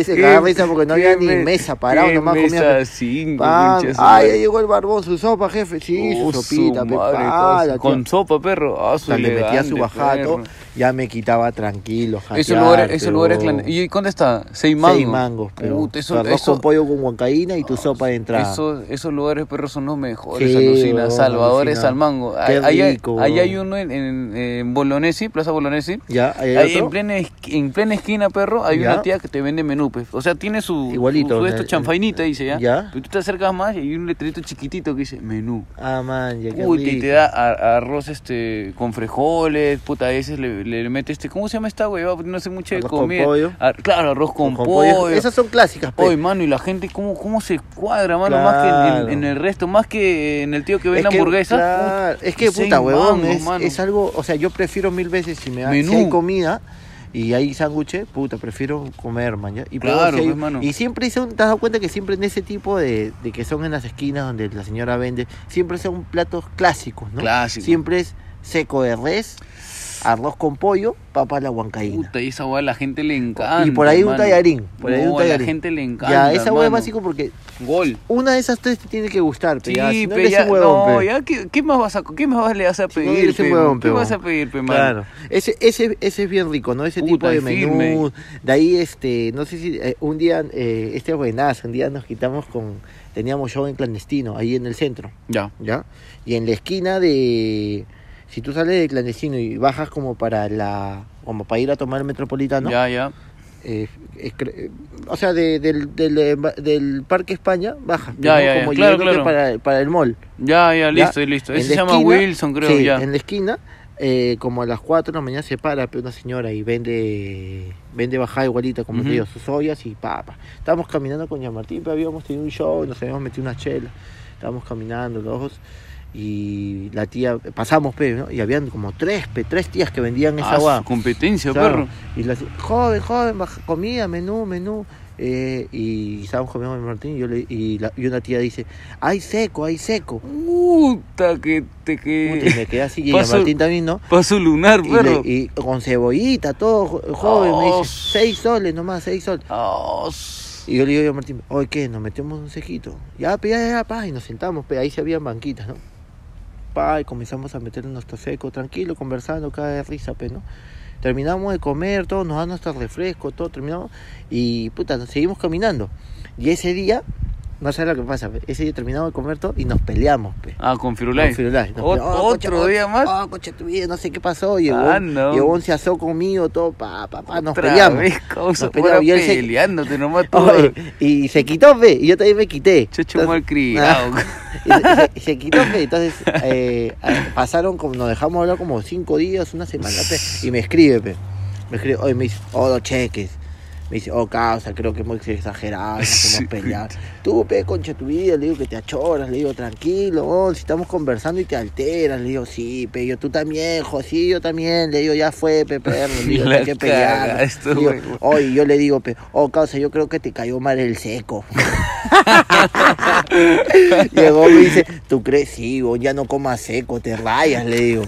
B: Se cagaba risa porque no había ni mesa, parado,
A: qué
B: nomás comía.
A: mesa
B: pe.
A: cinco,
B: Pan,
A: pinche su
B: ah, ya
A: madre.
B: llegó el barbón, su sopa, jefe, sí,
A: Oh,
B: su sopita,
A: su
B: pe,
A: madre,
B: pa,
A: causa.
B: la tía.
A: con sopa, perro. Ah,
B: O
A: su
B: sea, le metía su
A: elegante,
B: bajada,
A: perro.
B: todo, ya me quitaba tranquilo,
A: Esos
B: jatear,
A: lugares, esos
B: pero-
A: lugares clan- ¿Y dónde está? Seis mangos.
B: Seis mangos, pero
A: Puta, eso-
B: tu arroz
A: eso-
B: con pollo con huancaína y tu sopa de entrada.
A: Esos, esos lugares, perros, son los mejores,
B: Sí,
A: alucina.
B: huevón,
A: Salvadores
B: alucina.
A: al mango.
B: Qué
A: ahí, hay-
B: rico,
A: ahí hay
B: huevón.
A: uno en, en, en Bolognesi, Plaza Bolognesi.
B: ¿Ya? ¿Hay
A: Ahí
B: otro?
A: en, plena, esqui- en plena esquina, perro, hay
B: Ya.
A: una tía que te vende menú, pues. O sea, tiene su, su,
B: Igualito,
A: su
B: el-
A: esto
B: el-
A: chanfainita, dice ya.
B: Ya.
A: Pero tú te acercas más y hay un letrerito chiquitito que dice menú.
B: Ah, man, ya qué
A: Puta, y
B: rico.
A: te da a- arroz este con frijoles, puta, a veces le, le mete este, ¿cómo se llama esta hueva? No sé mucho de
B: Arroz con
A: comida.
B: pollo.
A: Ar- claro, arroz con,
B: Con
A: pollo.
B: pollo. Esas son clásicas, pues. pe.
A: Oye, mano, y la gente, ¿cómo, cómo se cuadra, mano? Más que en- en,
B: Claro.
A: en el resto, más que en el tío que vende
B: Es que,
A: hamburguesas.
B: claro,
A: puta,
B: es que
A: seis
B: puta, huevón,
A: mangos,
B: es,
A: mano.
B: es algo, o sea, yo prefiero mil veces si me da, si
A: Menú.
B: hay comida, y hay sándwiches, puta, prefiero comer, man, ¿ya? Y,
A: Claro,
B: luego si hay-
A: pues, mano.
B: y siempre son, te has dado cuenta que siempre en ese tipo de, de que son en las esquinas donde la señora vende, siempre son platos clásicos, ¿no?
A: Clásicos.
B: Siempre es seco de res, arroz con pollo, papa a la huancaína.
A: Puta, y esa hueá a la gente le encanta.
B: y por ahí un
A: hermano.
B: tallarín, por ahí
A: No,
B: un tallarín.
A: A la gente le encanta.
B: ya, esa hueá es
A: hermano.
B: básico porque
A: Gol.
B: una de esas tres te tiene que gustar, pe,
A: Sí,
B: ya, si no
A: pe,
B: eres
A: ya,
B: un huevón,
A: no,
B: pe.
A: ya, ¿qué, qué más vas a, qué más vas- le vas a
B: Si no
A: pedir,
B: eres un
A: pe,
B: huevón,
A: ¿Qué
B: pe,
A: vas a
B: huevón.
A: pedir, pe, mano?
B: Claro, ese, ese, ese es bien rico, ¿no? Ese
A: Puta,
B: tipo de
A: y firme.
B: menú. De ahí, este, no sé si eh, un día, eh, este buenazo, un día nos quitamos con, teníamos show en clandestino, ahí en el centro,
A: Ya.
B: ¿ya? Y en la esquina de, si tú sales de clandestino y bajas como para la, como para ir a tomar el metropolitano,
A: Ya, ya.
B: eh, es cre- eh, o sea, de- del, del, eh, ba- del Parque España, bajas,
A: Ya, ya, ya,
B: como
A: claro,
B: llegándote
A: claro.
B: Para, para el mall.
A: Ya, ya, listo,
B: ¿ya?
A: listo.
B: En
A: Ese
B: la
A: se llama
B: esquina-
A: Wilson, creo,
B: sí,
A: ya.
B: En la esquina, eh, como a las 4 de la mañana se para pe, una señora y vende vende bajada igualita, como te
A: Ujú.
B: digo, sus ollas y papa. Estábamos caminando con Jean Martín, pero habíamos tenido un show, nos habíamos metido una chela. Estábamos caminando los dos y la tía, pasamos, pe, ¿no? y habían como tres, pe, tres tías que vendían esa
A: Ah,
B: agua.
A: su competencia, perro.
B: Claro. Y la joven, joven, baja- comida, menú, menú. Eh, y estábamos comiendo con Martín y, yo le- y, la- y una tía dice, hay seco, hay seco.
A: Puta, que te
B: Puta, y
A: que.
B: me quedé así, y
A: Paso-
B: Martín también, ¿no?
A: Paso lunar,
B: Y, le-
A: perro.
B: y con cebollita, todo, jo- joven, me
A: Oh.
B: dice, seis soles nomás, seis soles.
A: Ah, s-
B: Y yo le digo yo a Martín, oye, ¿qué? Nos metemos un cejito. Ya, pe, ya, ya, pa, y nos sentamos, pe, ahí se habían banquitas, ¿no? Pa, y comenzamos a meter nuestro seco, tranquilo, conversando, cada de risa, pe, ¿no? Terminamos de comer, todos nos dan nuestro refresco, todo, terminamos, y puta, nos seguimos caminando. Y ese día, no sé lo que pasa, pe, ese día terminamos de comer todo y nos peleamos, pe.
A: Ah, con Firulais.
B: Con Firulais, nos
A: Ot-
B: peleamos, "Oh,
A: otro
B: coche,
A: día más.
B: Oh, coche tu vida, no sé qué pasó, llegó.
A: Ah, no.
B: Llegó se asó conmigo, todo, pa, pa, pa, Ah, nos
A: Otra
B: peleamos.
A: vez, causa,
B: Nos peleamos,
A: ahora
B: y él se-
A: peleándote nomás tú.
B: Oye, y se quitó, fe, y yo también me quité.
A: Chocho
B: Entonces-
A: mal
B: Ah.
A: criado.
B: y se, y se- se quitó, fe, entonces eh, eh, pasaron, como, nos dejamos hablar como cinco días, una semana, fe, y me escribe, fe. Me escribe, oye, me dice, oh, los cheques. Me dice, oh, causa, creo que es muy exagerado, nos
A: Sí.
B: hemos peleado. Tú, pe, concha tu vida, le digo que te achoras, le digo, tranquilo, oh, si estamos conversando y te alteras, le digo, sí, pe, yo tú también, jo, sí, yo también, le digo, ya fue, pe, perro, le digo,
A: La
B: hay que pelear.
A: caga, esto,
B: Le digo,
A: güey.
B: Oye, yo le digo, pe, oh, causa, yo creo que te cayó mal el seco. Llegó y me dice, ¿tú crees? Sí, vos ya no comas seco, te rayas, le digo.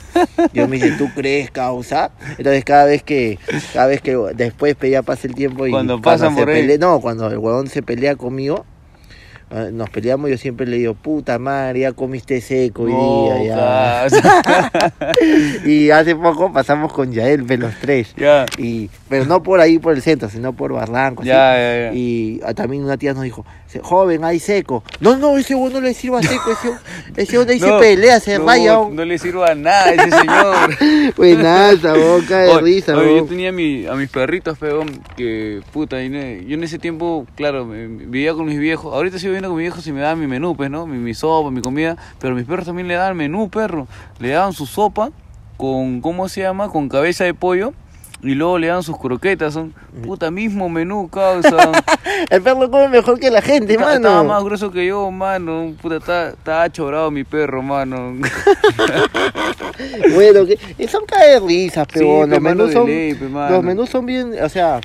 B: Yo me dice, ¿tú crees, causa? Entonces cada vez que, cada vez que después pe, ya pasa el tiempo y
A: Cuando pasan
B: se
A: por ahí.
B: pelea- no, cuando el huevón se pelea conmigo, eh, nos peleamos, yo siempre le digo, puta madre, ya comiste seco hoy día, ya.
A: ya.
B: Y hace poco pasamos con Yael, pe, los tres.
A: Ya,
B: Y, pero no por ahí por el centro, sino por Barranco. ¿sí?
A: ya, ya. ya.
B: Y ah, también una tía nos dijo, se- joven, hay seco. No, no, ese huevo no le sirva seco, ese huevo- ese huevo le dice
A: No,
B: pelea, se
A: no,
B: raya. Pues
A: No, le sirva a nada a ese señor.
B: Buenaza, boca de
A: Oye,
B: risa,
A: oye, yo
B: huevón.
A: tenía a, mi- a mis perritos, peón, que puta, y ne- yo en ese tiempo, claro, me- me- vivía con mis viejos. Ahorita sigo viviendo con mis viejos y me daban mi menú, pues, ¿no? Mi, mi sopa, mi comida. Pero mis perros también le daban menú, perro. Le daban su sopa con, ¿cómo se llama? Con cabeza de pollo. Y luego le daban sus croquetas, son
B: Mm.
A: puta mismo menú, causa.
B: El perro come mejor que la gente,
A: Ca- Estaba más
B: mano.
A: grueso que yo, mano. Puta, está- estaba chorado mi perro, mano.
B: Bueno, que, y son cae de risas,
A: Sí,
B: pero
A: pe,
B: los
A: mano,
B: menús
A: de
B: son.
A: ley, pe, mano.
B: los menús son bien, o sea.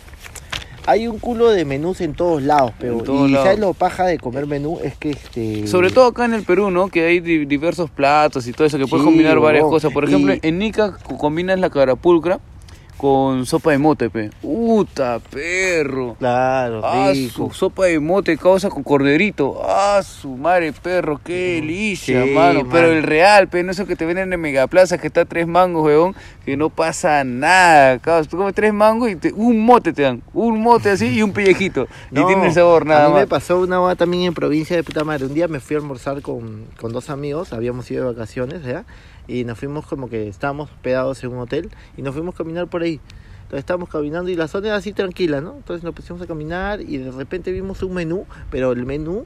B: Hay un culo de menús en todos lados, pero
A: En todos
B: y
A: lados.
B: sabes lo paja de comer menú es que este
A: Sobre todo acá en el Perú, ¿no? Que hay di- diversos platos y todo eso, que puedes
B: Sí,
A: combinar varias
B: huevón.
A: cosas. Por
B: Y-
A: ejemplo, en Nica co- combinas la carapulcra con sopa de mote, pe. ¡Uta, perro!
B: claro,
A: ¡Ah,
B: rico.
A: su sopa de mote causa con corderito! ¡Ah, su madre, perro! ¡Qué delicia,
B: Sí,
A: mano!
B: mano.
A: Pero el real, pe, no eso que te venden en Megaplaza, que está a tres mangos, weón, que no pasa nada, caos. Tú comes tres mangos y te- un mote te dan. Un mote así y un pellejito. y
B: No,
A: tiene el sabor, nada
B: A mí
A: más.
B: me pasó una boda también en provincia de puta madre. Un día me fui a almorzar con, con dos amigos, habíamos ido de vacaciones, ¿ya? Y nos fuimos como que estábamos hospedados en un hotel y nos fuimos a caminar por ahí. Entonces estábamos caminando y la zona era así tranquila, ¿no? Entonces nos pusimos a caminar y de repente vimos un menú, pero el menú,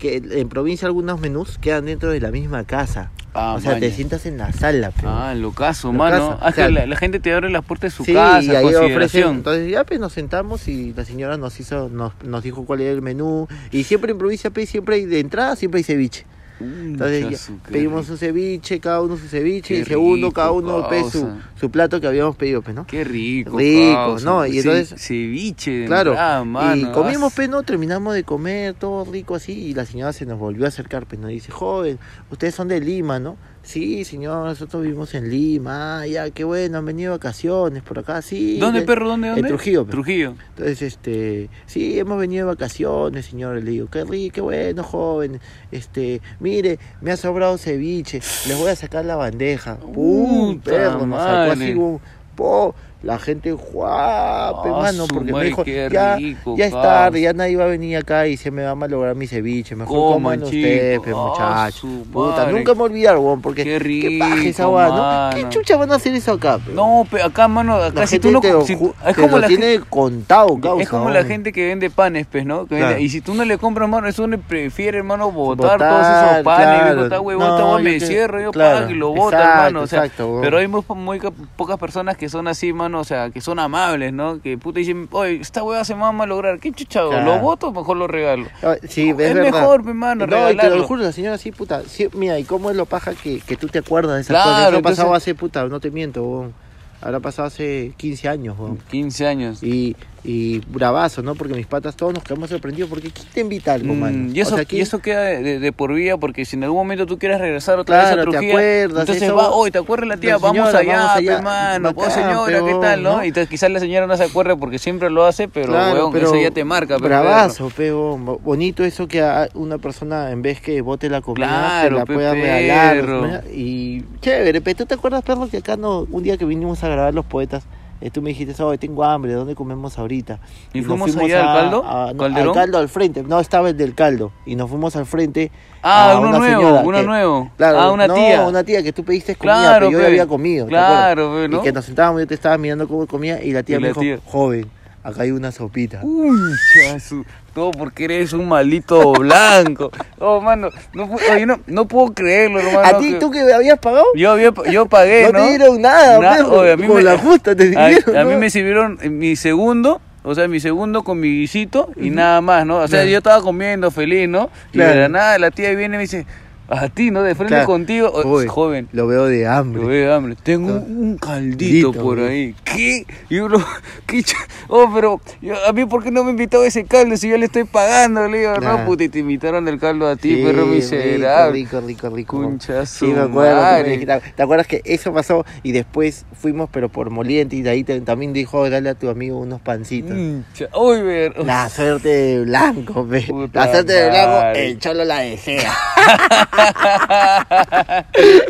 B: que en provincia algunos menús quedan dentro de la misma casa.
A: Ah,
B: o sea, te
A: maña.
B: sientas en la sala, pero...
A: Ah, en lo caso,
B: Lo
A: mano.
B: caso,
A: Ah,
B: o sea,
A: que la, la gente te abre las puertas de su
B: sí,
A: casa,
B: y ahí ofrecen.
A: consideración.
B: Entonces ya pues nos sentamos y la señora nos hizo, nos, nos dijo cuál era el menú. Y siempre en provincia pues, siempre hay de entrada, siempre hay ceviche. Entonces ya pedimos un ceviche, cada uno su ceviche, y el segundo,
A: rico,
B: cada uno pe, su,
A: causa.
B: su plato que habíamos pedido, pues, ¿no?
A: Qué rico.
B: Rico,
A: causa.
B: ¿no? Y
A: Ce-
B: entonces-
A: Ceviche. de
B: Claro.
A: entrada,
B: y
A: mano, Ah,
B: comimos,
A: as-
B: pues, ¿no? Terminamos de comer, todo rico así, y la señora se nos volvió a acercar, pues, nos dice, joven, ustedes son de Lima, ¿no? Sí, señor, nosotros vivimos en Lima, ah, ya, qué bueno, han venido de vacaciones por acá, sí.
A: ¿Dónde,
B: de-
A: perro? ¿Dónde,
B: en
A: dónde?
B: Trujillo, pe.
A: Trujillo.
B: Entonces, este, sí, hemos venido de vacaciones, señor. Le digo, qué rico, qué bueno, joven. Este, mire, me ha sobrado ceviche, les voy a sacar la bandeja. ¡Pum!
A: Puta
B: Perro, nos sacó así
A: madre.
B: un. po, La gente, guape,
A: Ah,
B: mano,
A: su
B: porque me
A: madre,
B: dijo,
A: qué
B: ya,
A: rico,
B: ya es
A: caos.
B: tarde, ya nadie va a venir acá y se me va a malograr mi ceviche. Mejor
A: Coman,
B: coman ustedes,
A: chicos.
B: pe,
A: Ah,
B: muchachos.
A: su
B: Puta,
A: madre.
B: nunca me olvidar, weón, porque
A: Qué
B: paja
A: rico,
B: esa agua, ¿no? ¿Qué
A: mano.
B: chucha van a hacer eso acá, pues? pe?
A: No, pe, acá, mano, acá
B: La
A: si
B: gente
A: tú no...
B: te, lo
A: si-
B: ju-
A: es
B: te
A: como
B: lo
A: la
B: tiene contado, causa,
A: Es como la
B: weón.
A: gente que vende panes, pues, ¿no? Que vende-
B: Claro.
A: Y si tú no le compras, hermano, eso uno prefiere, hermano, botar, todos
B: Botar,
A: esos panes.
B: claro.
A: Y digo, está huevón,
B: No,
A: esta huevón
B: yo
A: me
B: te-
A: cierro, yo
B: claro,
A: pago y lo bota,
B: exacto,
A: hermano. O sea,
B: exacto, huevón.
A: pero hay muy, po- muy ca- pocas personas que son así, hermano, o sea, que son amables, ¿no? Que puta dicen, oye, esta hueva se me va a malograr. ¿Qué chuchado?
B: Claro.
A: ¿Lo voto o mejor lo regalo?
B: Ah, Sí,
A: Es
B: verdad.
A: mejor, mi mano,
B: No, y te lo
A: regalarlo.
B: juro, la señora sí, puta. sí, mira, ¿y cómo es lo paja que, que tú te acuerdas de esas
A: Claro,
B: cosas? Eso ha
A: entonces-
B: pasado hace, puta, no te miento, huevón. Habrá pasado hace 15 años, huevón.
A: 15 años.
B: Y, y bravazo, ¿no? Porque mis patas todos nos quedamos sorprendidos. Porque ¿quién te invita algo,
A: Mm,
B: mano?
A: Y eso,
B: O sea, ¿quién-
A: y eso queda de, de- de por vida, porque si en algún momento tú quieres regresar otra vez a
B: Claro, te
A: Trujillo,
B: acuerdas,
A: entonces
B: eso-
A: va, hoy te acuerdas la tía,
B: Pero
A: vamos
B: señora,
A: allá,
B: vamos
A: pe,
B: allá,
A: mano, oh,
B: bacán,
A: señora, ¿qué
B: pero,
A: tal, no?
B: ¿no?
A: Y te- quizás la señora no se acuerde porque siempre lo hace, pero, weón, eso ya te marca, pe,
B: Bravazo, pe, huevón. Bo- Bonito eso que a- una persona en vez que bote la comida,
A: Claro,
B: se la
A: pe,
B: pueda
A: perro.
B: regalar. ¿no? Y chévere, pero ¿tú te acuerdas, perro, que acá no, un día que vinimos a grabar los poetas, eh, tú me dijiste, oh, tengo hambre, ¿dónde comemos ahorita?
A: ¿Y
B: nos
A: fuimos allá al
B: a-
A: caldo?
B: a- no, al
A: ¿Calderón?
B: caldo al frente, no, estaba el del caldo. Y nos fuimos al frente.
A: Ah,
B: a
A: uno
B: una
A: nuevo,
B: señora
A: uno
B: que-
A: nuevo.
B: Claro,
A: Ah, una
B: no,
A: tía.
B: una tía que tú pediste comida, pero
A: Claro,
B: yo
A: pe.
B: ya había comido. ¿te
A: Claro,
B: acuerdas?
A: pe, ¿no?
B: Y que nos sentábamos, yo te estaba mirando cómo comía y la tía
A: Y
B: me
A: la
B: dijo,
A: tía. Uh,
B: joven, acá hay una sopita.
A: Uy, ya su- todo porque eres un maldito blanco. Oh, mano, no, pu- oye, no, no puedo creerlo, hermano.
B: ¿A ti
A: que-
B: tú que habías pagado?
A: Yo, había- yo pagué, ¿no?
B: no, te dieron nada,
A: Na-
B: perro.
A: oye, a mí
B: Con
A: me-
B: la justa te
A: A,
B: dieron.
A: a mí
B: ¿no?
A: me sirvieron mi segundo, o sea, mi segundo con mi guisito y nada más, ¿no? O sea,
B: Claro.
A: yo estaba comiendo feliz, ¿no? Y
B: Claro.
A: de la nada la tía viene y me dice, a ti, ¿no? De frente
B: Claro.
A: contigo, o-
B: Joven,
A: joven.
B: Lo veo de hambre.
A: Lo veo, hombre. Tengo
B: Ah.
A: un, un caldito
B: Dito,
A: por
B: güey.
A: ahí. ¿Qué? Y uno, ¿qué? ch- Oh, pero yo- a mí, ¿por qué no me invitó ese caldo si yo le estoy pagando? Le digo,
B: Nah.
A: no, puta, y te invitaron el caldo a ti,
B: Sí,
A: perro miserable.
B: Rico, rico, rico.
A: Concha
B: Sí,
A: su
B: me acuerdo. que me
A: madre.
B: dijiste- ¿Te acuerdas que eso pasó? Y después fuimos, pero por Moliente. Y de ahí te- también dijo, dale a tu amigo unos pancitos.
A: Concha. Uy, ver.
B: La suerte de blanco, pe.
A: Puta
B: La suerte de blanco,
A: madre.
B: el cholo la desea.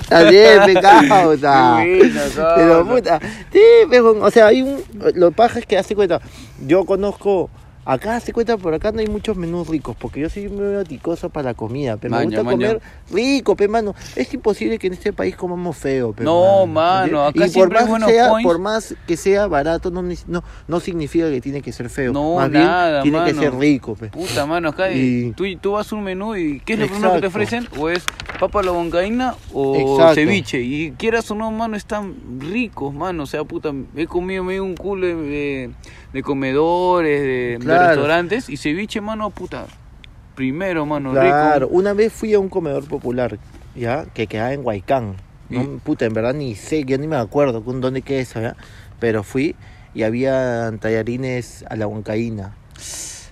B: También, me causa.
A: Qué buena, causa.
B: Ah, Pero puta. Sí, pero, o sea, hay un. Lo paja es que hace cuenta. Yo conozco. Acá hace cuenta, por acá no hay muchos menús ricos, porque yo soy medio ticoso para la comida, pero me
A: Maño,
B: gusta
A: maño.
B: comer rico, pe mano. Es imposible que en este país comamos feo, pe
A: No,
B: mano,
A: mano, acá
B: ¿entiendes? Y por
A: siempre hay
B: más,
A: buenos
B: sea,
A: points.
B: por más que sea barato, no, ni- no, no significa que tiene que ser feo.
A: No,
B: más
A: nada,
B: bien, tiene que
A: mano.
B: ser rico, pe.
A: Puta mano, acá eh,
B: Y-
A: tú, tú vas a un menú y ¿qué es lo primero que te
B: Exacto.
A: ofrecen? O es papa a la boncaína o
B: Exacto.
A: ceviche. Y quieras o no, mano, están ricos, mano. O sea, puta, he comido medio un culo de, de- de comedores, de, de
B: Claro.
A: restaurantes. Y ceviche, mano, puta, primero, mano,
B: Claro,
A: rico.
B: una vez fui a un comedor popular, ¿ya? Que quedaba en Huaycán. No,
A: ¿Y?
B: Puta, en verdad ni sé, yo ni me acuerdo con dónde queda eso, ¿ya? Pero fui y había tallarines a la huancaína.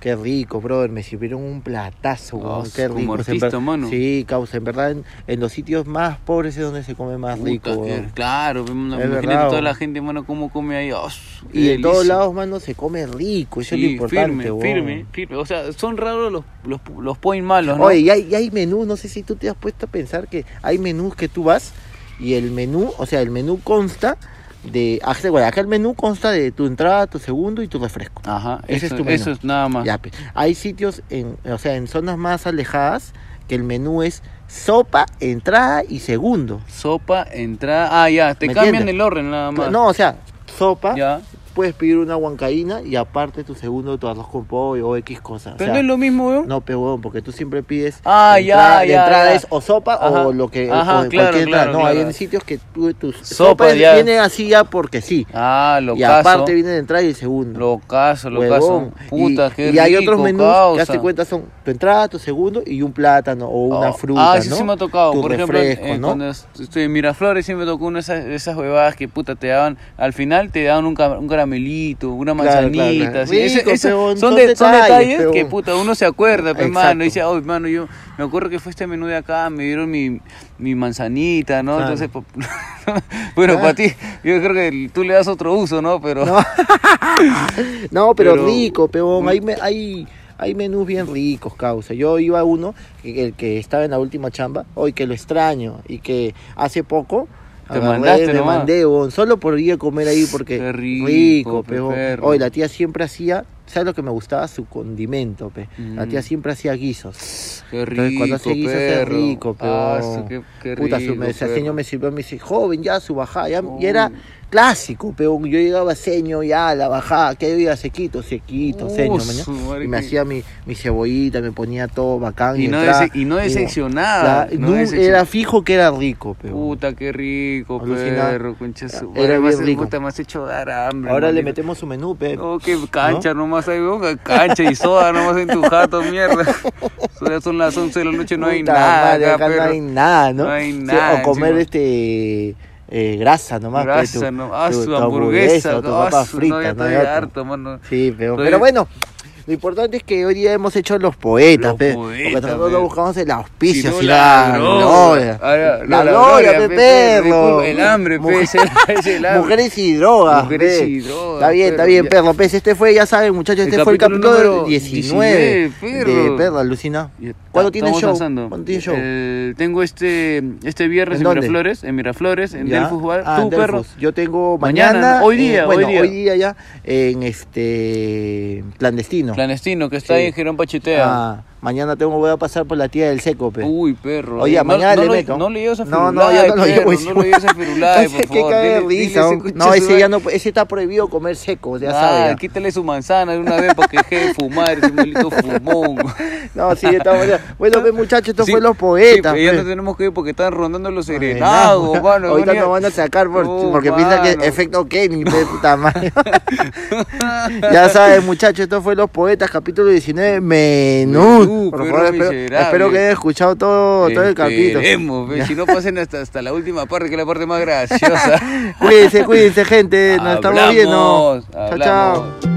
B: Qué rico, brother, me sirvieron un platazo,
A: Ah,
B: weón, qué
A: como
B: rico.
A: artista, mano.
B: Sí, causa, en verdad, en, en los sitios más pobres es donde se come más rico,
A: Puta, que-
B: weón.
A: claro, mano,
B: Es
A: imagínate
B: verdad,
A: toda
B: weón.
A: la gente, mano, cómo come ahí. ¡Ah, su- qué
B: Y en todos
A: delicia!
B: lados, mano, se come rico, eso es lo
A: Sí,
B: importante,
A: firme,
B: weón.
A: firme, firme. O sea, son raros los, los, los point malos, ¿no?
B: Oye, y hay, y hay menús, no sé si tú te has puesto a pensar que hay menús que tú vas y el menú, o sea, el menú consta de. Acá bueno, acá el menú consta de tu entrada, tu segundo y tu refresco.
A: Ajá,
B: Ese es
A: eso,
B: tu menú.
A: eso es nada Ah, más.
B: Ya, pe. Hay sitios, en, o sea, en zonas más alejadas que el menú es sopa, entrada y segundo.
A: Sopa, entrada. Ah, ya, te
B: ¿Me
A: cambian
B: entiendes?
A: el orden nada más.
B: No, o sea, sopa,
A: Ya.
B: puedes pedir una huancaína y aparte tu segundo tu arroz con pollo o X cosas. O
A: Pero no
B: sea,
A: es lo mismo, weón.
B: no, pe huevón, porque tú siempre pides.
A: Ah,
B: de
A: ya,
B: entrada- de
A: ya,
B: entrada
A: ya.
B: es o sopa
A: Ajá.
B: o lo que. o
A: Ajá, claro,
B: de cualquier
A: claro,
B: entrada. No,
A: claro.
B: hay en sitios que tú tu
A: Sopa
B: sopa,
A: ya.
B: viene así ya porque sí.
A: Ah, lo
B: y
A: caso.
B: aparte viene de entrada y el segundo.
A: Lo caso, lo
B: Huevón.
A: caso. Puta,
B: y,
A: qué
B: y hay
A: rico,
B: otros menús que
A: causa.
B: hace cuenta son tu entrada, tu segundo y un plátano o una
A: Oh,
B: fruta.
A: Ah, eso
B: ¿no?
A: sí me ha tocado.
B: Tu
A: Por ejemplo,
B: refresco,
A: eh,
B: ¿no?
A: cuando est- estoy en Miraflores siempre me tocó una de esas, de esas huevadas que puta te daban. Al final te daban un, ca- un caramelito, una
B: Claro, claro,
A: manzanita.
B: claro.
A: así. Ese-
B: Rico,
A: ese-
B: peón,
A: son,
B: son
A: de- son
B: detalles,
A: detalles que
B: peón.
A: puta uno se acuerda, pe,
B: Exacto.
A: mano. Y dice, oh, mano, yo me acuerdo que fue este menú de acá, me dieron mi, mi manzanita, ¿no?
B: Claro.
A: Entonces, po- bueno,
B: Ah.
A: para ti, yo creo que tú le das otro uso, ¿no? Pero.
B: No. No, pero,
A: Pero-
B: rico, peón. Hay, me- hay, hay menús bien ricos, causa. Yo iba a uno, que, el que estaba en la última chamba, hoy que lo extraño y que hace poco.
A: Te mandaste
B: me
A: nomás.
B: mandé, weón, solo por ir a comer ahí porque
A: Qué rico, pe,
B: peón.
A: perro.
B: Hoy la tía siempre hacía, ¿sabes lo que me gustaba? Su condimento, pe. La
A: Mm.
B: tía siempre hacía guisos.
A: Qué rico.
B: Entonces, cuando hace guisos es
A: perro.
B: rico, peón.
A: Ah, su- qué, qué
B: Puta, su
A: rico,
B: me, ese
A: perro.
B: señor me sirvió, me dice, joven, ya su bajada. ya",
A: Uy.
B: Y era clásico, peón. Yo llegaba seño, ya la bajada, que había sequito, sequito,
A: Uh,
B: seño.
A: su
B: maña.
A: madre
B: Y me
A: que-
B: hacía mi, mi cebollita, me ponía todo bacán.
A: Y no,
B: entraba,
A: dese- y no
B: y-
A: decepcionaba.
B: la-
A: no
B: nu-
A: decepcionaba.
B: era fijo que era rico, peón.
A: Puta, qué rico,
B: Alucinaba.
A: perro, concha su madre,
B: Era
A: me
B: bien
A: has-
B: rico.
A: puta, me has hecho dar hambre.
B: Ahora le
A: maldito.
B: metemos su menú, pe.
A: No, que cancha nomás hay, weón, cancha y soda nomás en tu jato, mierda. Son, ya son las 11 de la noche, no hay
B: Puta
A: nada
B: madre,
A: acá,
B: acá no
A: perro.
B: hay nada, ¿no?
A: No hay
B: Sí,
A: nada
B: o comer
A: encima.
B: este eh, grasa nomás. pe,
A: Grasa,
B: tu-
A: no, ah,
B: tu-
A: su
B: tu
A: hamburguesa,
B: o tu
A: ah,
B: papa
A: su-
B: frita,
A: no, ya estoy
B: hay otro.
A: harto, mano.
B: Sí, pero,
A: Estoy-
B: pero bueno, lo importante es que hoy día hemos hecho los poetas,
A: Los
B: pe,
A: poetas,
B: porque nosotros
A: pe.
B: no buscamos el auspicio,
A: Si no, Ah,
B: si la, gloria.
A: Ahora,
B: la,
A: no,
B: gloria, pe,
A: pe,
B: perro.
A: disculpa, El hambre, pe,
B: Mujer-
A: es el- es el hambre.
B: Mujeres y drogas.
A: Mujeres
B: pe.
A: y drogas,
B: Está bien, está
A: perro,
B: bien,
A: ya.
B: perro. Pe, este fue, ya saben, muchachos,
A: El
B: este fue el
A: capítulo
B: capítulo
A: número
B: 19,
A: 19,
B: de Perro Alucina.
A: Y est-
B: ¿Cuándo tiene
A: estamos
B: show?
A: avanzando. Eh,
B: ¿Cuándo tiene show?
A: El- tengo este, este viernes
B: ¿En
A: en,
B: dónde?
A: Miraflores, en Miraflores, en
B: Ya.
A: Delfus Bar.
B: Ah,
A: Tú,
B: en
A: perro.
B: Delfos. Yo tengo
A: Mañana,
B: mañana.
A: ¿no? Hoy día,
B: eh,
A: hoy
B: bueno,
A: día.
B: ya, en este. clandestino.
A: Clandestino, que está
B: Sí.
A: ahí en Gerón Pachetea.
B: Ah, mañana tengo, voy a pasar por la tía del seco, pe.
A: Uy, perro.
B: Oye,
A: eh,
B: mañana
A: Uh, no,
B: le
A: no
B: meto.
A: No le llevas a
B: No, no,
A: Firulai,
B: ya no lo
A: perro,
B: llevo,
A: No lo llevas a Firulai, por
B: Ese que
A: favor.
B: cae de
A: Dile- dile
B: risa,
A: ese
B: ¿no?
A: concha
B: no,
A: de
B: ese
A: madre.
B: ya no, ese está prohibido comer seco, ya
A: Ah,
B: sabes. ya.
A: quítale su manzana de una vez para que deje de fumar ese maldito fumón.
B: No, sí, estamos ya. Bueno, pues muchachos, estos
A: Sí,
B: fueron los poetas.
A: Sí, pero ya
B: pues.
A: no tenemos que ir porque están rondando los
B: Ay,
A: serenados,
B: nada,
A: mano.
B: Ahorita
A: no
B: nos van a sacar por-
A: No,
B: porque piensan que es
A: mano.
B: efecto Kenny, pe, puta madre. ya sabes, muchachos, esto fue Los Poetas, capítulo 19, menú.
A: Menú,
B: por
A: pero
B: favor, espero,
A: miserable.
B: espero que hayan escuchado todo, todo el capítulo.
A: Esperemos, ve, si no pasen hasta, hasta la última parte, que es la parte más graciosa.
B: Cuídense, cuídense, gente. Nos estamos viendo.
A: Hablamos,
B: Chao, chao.
A: hablamos.